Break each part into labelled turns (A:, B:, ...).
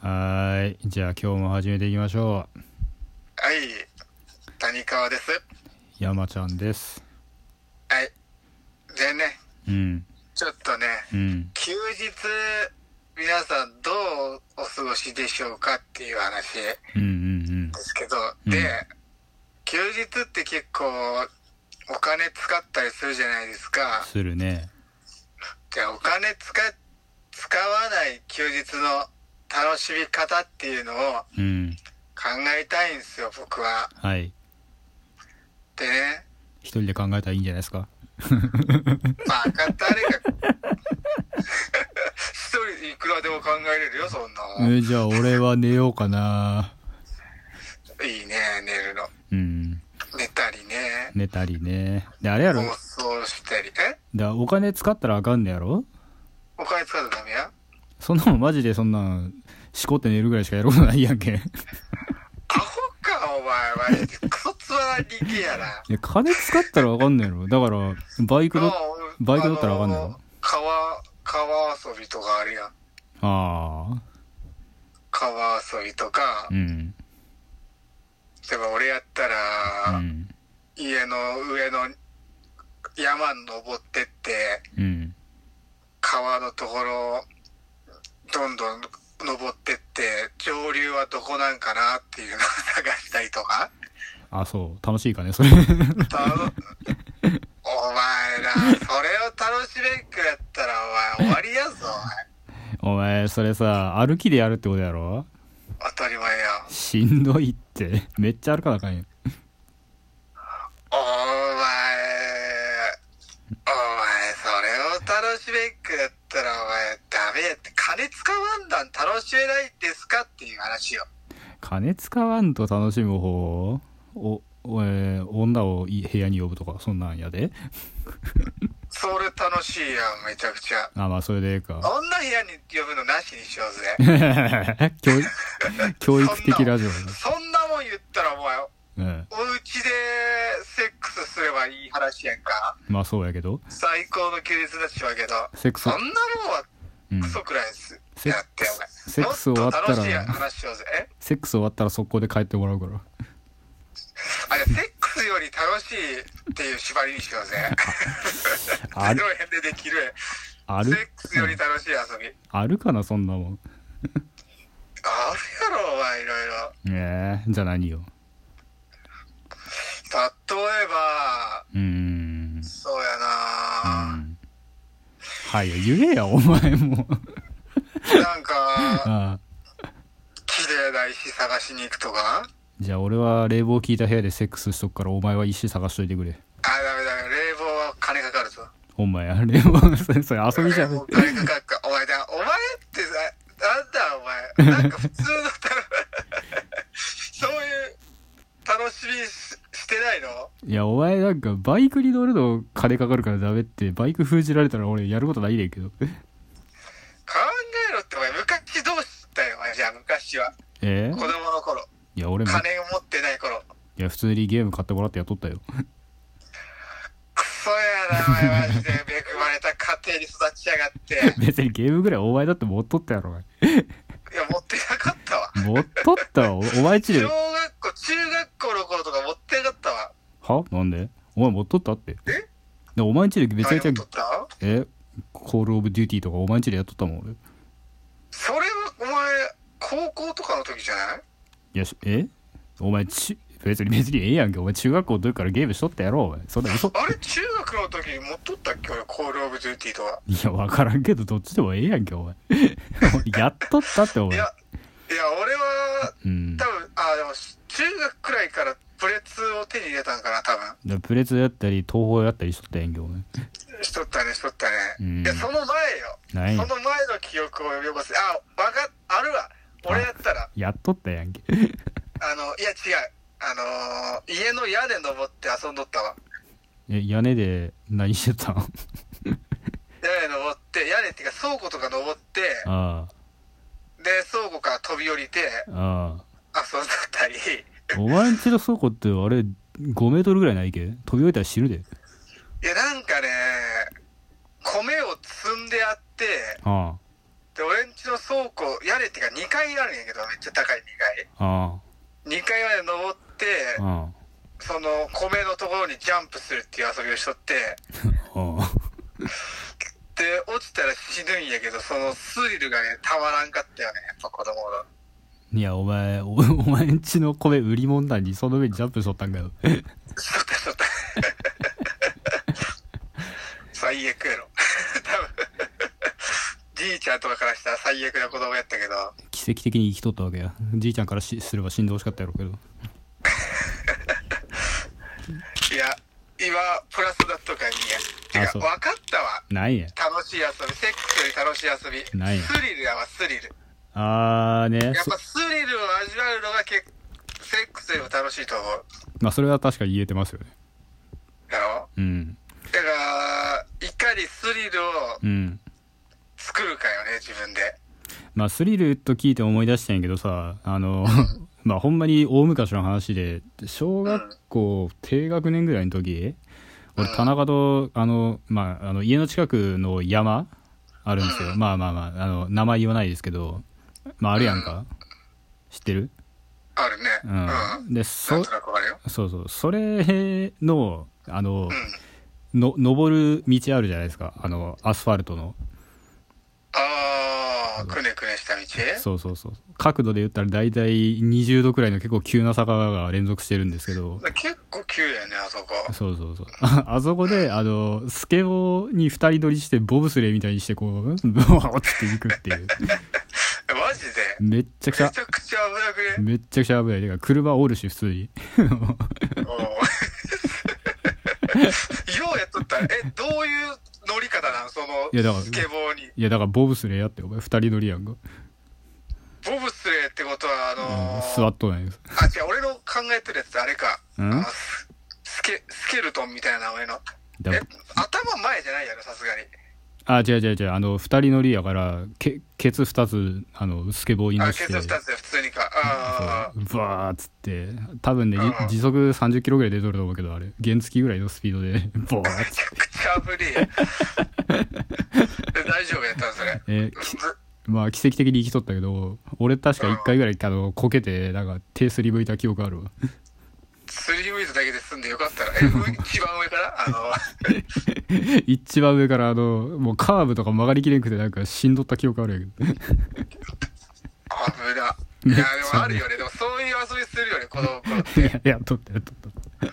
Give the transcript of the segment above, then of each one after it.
A: はいじゃあ今日も始めていきましょう
B: はい、谷川です。
A: 山ちゃんです
B: はい。でね、
A: うん
B: ちょっとね、
A: うん
B: 休日、皆さんどうお過ごしでしょうかっていう話で
A: うんうん
B: すけど、
A: うん
B: で、休日って結構、お金使ったりするじゃないです
A: うん
B: か。
A: するね
B: じゃあお金使、使わない休日の楽しみ方っていうのを
A: うん
B: 考えたいんですよ、僕は。
A: はい
B: でね、
A: 一人で考えたらいいんじゃないですか
B: まあ、誰が、一人いくらでも考えれるよ、そんな
A: え
B: の。
A: じゃあ俺は寝ようかない
B: いね、寝るの。
A: うん
B: 寝たりね。
A: 寝たりねであれやろ
B: 放送したり。え
A: だお金使ったらあかんねやろ
B: お金使うとダメや
A: そんなもんマジでそんなんしこって寝るぐらいしかやることないやん け
B: アホか、お前は。クソつまらん人間やな。
A: いや金使ったらあかんねやろだからバイク
B: も
A: だ
B: う
A: バイクだったらわかんない
B: あ
A: の
B: の川、川遊びとかあるやん。
A: ああ
B: 川遊びとか
A: う、ん
B: 例えば俺やった
A: う
B: ら、
A: ん
B: 家の上の山に登ってって、
A: うん
B: 川のところをどんどん登ってって上流はどこなんかなっていうのを 探したりとか
A: あそう楽しいかねそれ
B: たのお前らそれを楽しめんくやったらお前終わりやぞ
A: お前それさ歩きでやるってことやろ
B: お前当たり前や
A: しんどいって めっちゃ歩かなあかんよ
B: お前お前それを楽しめんくやったらお前ダメやって金使わんだん楽しめないんですかっていう話よ
A: 金使わんと楽しむ方おおえー女をい部屋に呼ぶとかそんなんやで
B: それ楽しいやんめちゃくちゃ
A: あまあそれでええか
B: 女部屋に呼ぶのなしにしようぜ
A: 教育教育的ラジオだ
B: そんなもん言ったらお前、
A: うん
B: お家でセックスすればいい話やんか。
A: まあそうやけど
B: 最高の休日だっちまうけど。
A: セックス
B: そんなもんは
A: うん
B: クソくらいです。
A: セッ
B: やって
A: ク
B: お前。
A: スセックス終わった
B: もっと楽しい
A: ら
B: 話しようぜ。え
A: セックス終わったら速攻で帰ってもらうから
B: あれ、セックスより楽しいっていう縛りにしよう ぜ。
A: あ
B: あ
A: る
B: れ辺でできる。
A: あ
B: セ
A: る
B: ックスより楽しい遊び。
A: あるかなそんなもん
B: あるやろ、お前、いろいろ。
A: ええじゃあ何よ
B: 例えば、
A: うーん
B: そうや
A: う
B: なん
A: はいよ言えやお前も
B: なんか、
A: ああ
B: 綺麗な石探しに行くとか
A: じゃあ俺は冷房効いた部屋でセックスしとくからお前は石探しといてくれ
B: あ、ダメダメ。冷房は金かかるぞ。
A: お前や 冷房それそれ遊びじゃね
B: もう金かかるか。お前だ、お前ってさ、なんだお前。なんか普通のた、 そういう楽しみししてないの
A: いやお前なんかバイクに乗るの金かかるからダメってバイク封じられたら俺やることないねんけど
B: 考えろってお前、昔どうしたよ、お前。じゃあ昔は。
A: え
B: 子供の頃。
A: いや俺も
B: 金を持ってない頃。
A: いや普通にゲーム買ってもらってやっとったよ
B: クソやな、お前マジで。恵まれた家庭に育ちやがって。
A: 別にゲームぐらいお前だって持っとったやろお前
B: いや、持ってなかったわ。
A: 持っとったわおお前ち
B: 小
A: で
B: 学校、中学校の頃とか持ってなかったわ。
A: はなんでお前持っとったって
B: え
A: でお前んちでめちゃ
B: 何
A: めちゃ
B: を取った
A: えコールオブデューティーとかお前んちでやっとったもん俺い
B: それはお前高校とかの時じゃない
A: やしえお前ち別に別にええやんけお前中学校の時からゲームしとったやろお前そんな嘘い
B: あれ中学の時に持っとったっけ俺コールオブデューティーとは
A: や分からんけどどっちでもええやんけお前 やっとったってお
B: い
A: 前
B: やいや俺は
A: うん
B: 多分あでも中学くらいからプレツを手に入れたんかな多分
A: でプレツやったり東宝やったりしとったやんけお前
B: しとったねしとったね、
A: うん
B: いやその前よ
A: ない
B: その前の記憶を呼び起こすあわかっあるわ俺やったら
A: やっとったやんけ
B: あのいや違うあのー家の屋根登って遊んどったわ
A: え屋根で何してたん あ
B: 屋根登って屋根っていうか倉庫とか登って
A: あ
B: で倉庫から飛び降りて
A: あ
B: 遊んだったり
A: あお前んちの倉庫ってあれ5メートルぐらいないけ飛び降りたら死ぬで
B: いや、なんかね、米を積んであって、
A: あ
B: で、俺んちの倉庫、屋根っていうか2階あるんやけど、めっちゃ高い
A: あ
B: 2階。2階まで登って、
A: ああ
B: その米のところにジャンプするっていう遊びをしとって、
A: あ
B: で、落ちたら死ぬんやけど、そのスリルがね、たまらんかったよね、やっぱ子供の。
A: いやお前おお前んちの米売り物だにその上にジャンプしとったんかよ
B: しとったしとった。 最悪やろ。多分じいちゃんとかからしたら最悪な子供やったけど、
A: 奇跡的に生きとったわけやじいちゃんからしすれば死んでほしかったやろうけど
B: いや、今、プラスだとかにや。
A: あ
B: て
A: そ
B: か、
A: う
B: 分かったわ。
A: ないや
B: 楽しい遊び、セックスより楽しい遊び。
A: ない
B: スリルやわ、スリル。
A: ああね
B: やっ
A: そ
B: ぱスリルを味わうのがけセックスよりも楽しいと思う。
A: まあそれは確かに言えてますよね
B: やろ
A: うん
B: だから、いかにスリルを
A: うん
B: 作るかよね、自分で。
A: まあスリルと聞いて思い出したんやけどさあの まあほんまに大昔の話で小学校低学年ぐらいの時俺
B: うん
A: 田中とあの、まあ、あの家の近くの山あるんですよ、
B: う
A: まあまあまああの名前言わないですけどまああるやんか、知ってる
B: あるね。
A: う
B: うん。
A: ん、でそ
B: なんとなくわかるよ。
A: そうそうそれのあの
B: うん。
A: の登る道あるじゃないですかあのアスファルトの
B: ああ、くねくねした道
A: そうそうそう角度で言ったら大体20度くらいの結構急な坂が連続してるんですけど
B: 結構急やね、あそこ。
A: そうそう そうああそこであのスケボーに二人乗りしてボブスレーみたいにしてこう ブワーっていくっていう
B: マジで
A: めっちゃ
B: め
A: く
B: ち
A: ち
B: ゃ
A: ゃ
B: くちゃ危なくね。
A: めっちゃくちゃ危ないてか車おるし普通に
B: おうよ うやっとった。え、どういう乗り方なんそ
A: いやだか
B: の、
A: ら
B: スケボーに。
A: いやだからボブスレーやってお前二人乗りやんか、
B: ボブスレーってことは、あ
A: うん
B: のー
A: 座っとないです
B: あ、違う、俺の考えてるやつってあれか。
A: う
B: あ
A: ん
B: のススケ、スケルトンみたいな名前の。
A: だ
B: え、頭前じゃないやろ、さすがに。
A: あ違う違う違うあの二人乗りやからけケツ二つあのスケボーに乗
B: あ、
A: せて
B: ケツ二つで普通にか。あ
A: そうバーっつって多分ね、
B: うん
A: 時速30キロぐらい出とると思うけどあれ原付きぐらいのスピードで ボーっ
B: あ、め
A: つって
B: ちゃくちゃ危ねえ。え大丈夫やったのそれ。
A: えーき
B: ず
A: まあ奇跡的に生きとったけど俺確か1回ぐらいあのこけてなんか手すりむいた記憶あるわ
B: すりむいただけで済んでよかったら、え、上一番上からあの、
A: 一番上からあのもうカーブとか曲がりきれんくてなんかしんどった記憶あるんやけど
B: 危な。いや、でもあるよね。でもそういう遊びするよね、子供の頃って。
A: いやいやと ったやっとった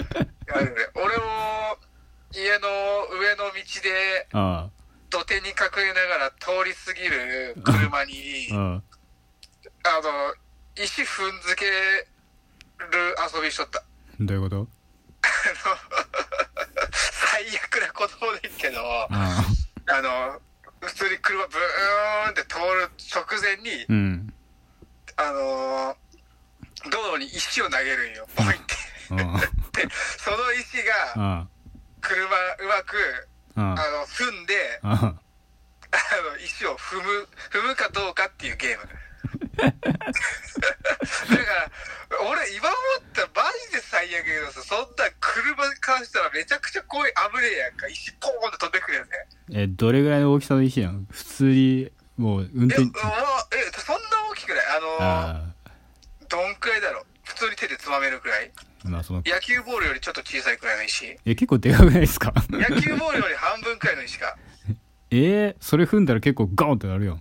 B: あるよね。俺も、家の上の道で、
A: あ
B: 土手に隠れながら通り過ぎる車に、
A: ああ
B: あの、石踏んづける遊びしとった。
A: あどういうこと
B: あの最悪な子供だけど、あ
A: ああ
B: の、普通に車ブーンって通る直前に、
A: うん
B: あの、道路に石を投げるんよ。ポインっ
A: ああ
B: て。で、その石が、
A: あ
B: 車、うまく、
A: あ
B: あ
A: あ
B: の、踏んで、
A: あ
B: あの、石を踏む、踏むかどうかっていうゲーム。 だから、俺今思ったらマジで最悪やけどさ、そんな車に関したらめちゃくちゃ怖い危ねえやんか。石ポーンって飛んでくるやつね。
A: えどれぐらいの大きさの石なの普通にもう運
B: え、う
A: 転
B: わえ、そんな大きくないあの
A: あ
B: どんくらいだろう。普通に手でつまめるくらい。
A: あまあその
B: 野球ボールよりちょっと小さいくらいの石。
A: え結構でかくないですか
B: 野球ボールより半分くらいの石か。
A: えー、それ踏んだら結構ガーンってなるよ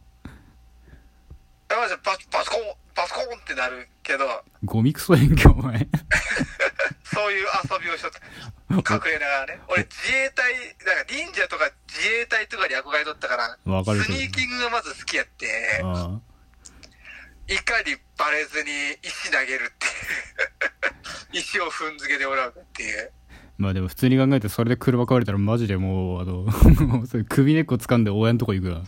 B: だからじゃあバス、バスコーン、バスコーンってなるけど、
A: ゴミクソ遠距お前
B: そういう遊びをしとった。隠れなが らね。俺自衛隊、なんか忍者とか自衛隊とかに憧れとったから、
A: わかる
B: スニーキングがまず好きやって、
A: あ
B: いかにバレずに石投げるって いう。石を踏んづけてもらうっていう。
A: あまあでも普通に考えてそれで車壊れたらマジでもうあの もうそれ首根っこ掴んで親のとこ行く ない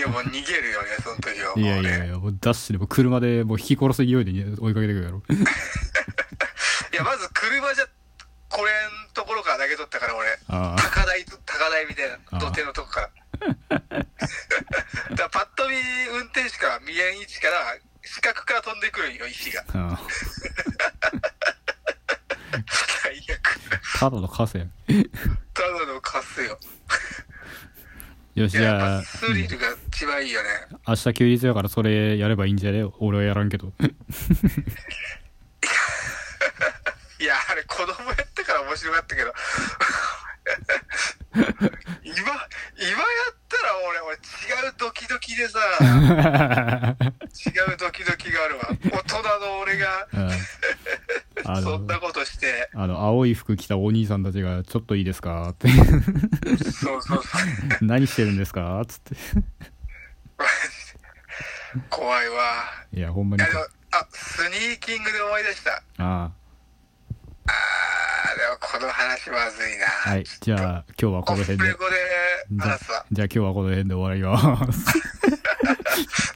B: やもう逃げるよね、その時は。
A: いやいやい
B: もうね
A: やもうダッシュでもう車でもう引き殺す勢いで追いかけてくるやろ
B: いや、まず車じゃ、これんところから投げとったから俺。
A: ああ
B: 高台と、高台みたい
A: あー
B: な、土手のとこ から。だからパッと見運転手から見えん位置から、四角から飛んでくるんよ、石が。
A: ああ
B: 最悪。
A: ただの河川
B: ただのカスよ。
A: よし
B: い
A: じ
B: やや
A: ゃ
B: っ
A: あ
B: ぱスリルが一番いいよね。
A: 明日休日やからそれやればいいんじゃね俺はやらんけど
B: いや、あれ子供やってから面白かったけど。 今、今やったら俺、俺違うドキドキでさ、違うドキドキがあるわ。大人の俺が、
A: うんあ
B: そん
A: の
B: なことして、
A: あの青い服着たお兄さんたちが「ちょっといいですか?」って
B: そうそう そう。
A: 「何してるんですか?」っつって
B: マジで怖いわ。
A: いやほんま
B: い
A: に
B: やでもあ、スニーキングで思い出した。
A: あ
B: あー、でもこの話まずいな。
A: あはいじゃあ今日はこ
B: コ
A: の
B: ス
A: 辺
B: プレ
A: で
B: 語で
A: じゃ
B: 話すわ。
A: じゃあ今日はこの辺で終わります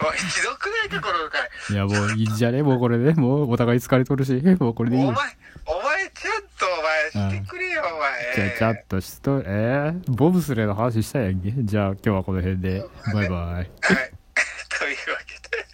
B: おいひどくないか、この回。
A: いやもういいんじゃねもうこれでもうお互い疲れとるしもうこれでいい
B: お前、お前ちゃんとお前してくれよ、お
A: じゃあ
B: 前。
A: ちゃんとしとえー、ボブスレーの 話したやんけじゃあ今日はこの辺でバイバイ
B: はい。というわけで。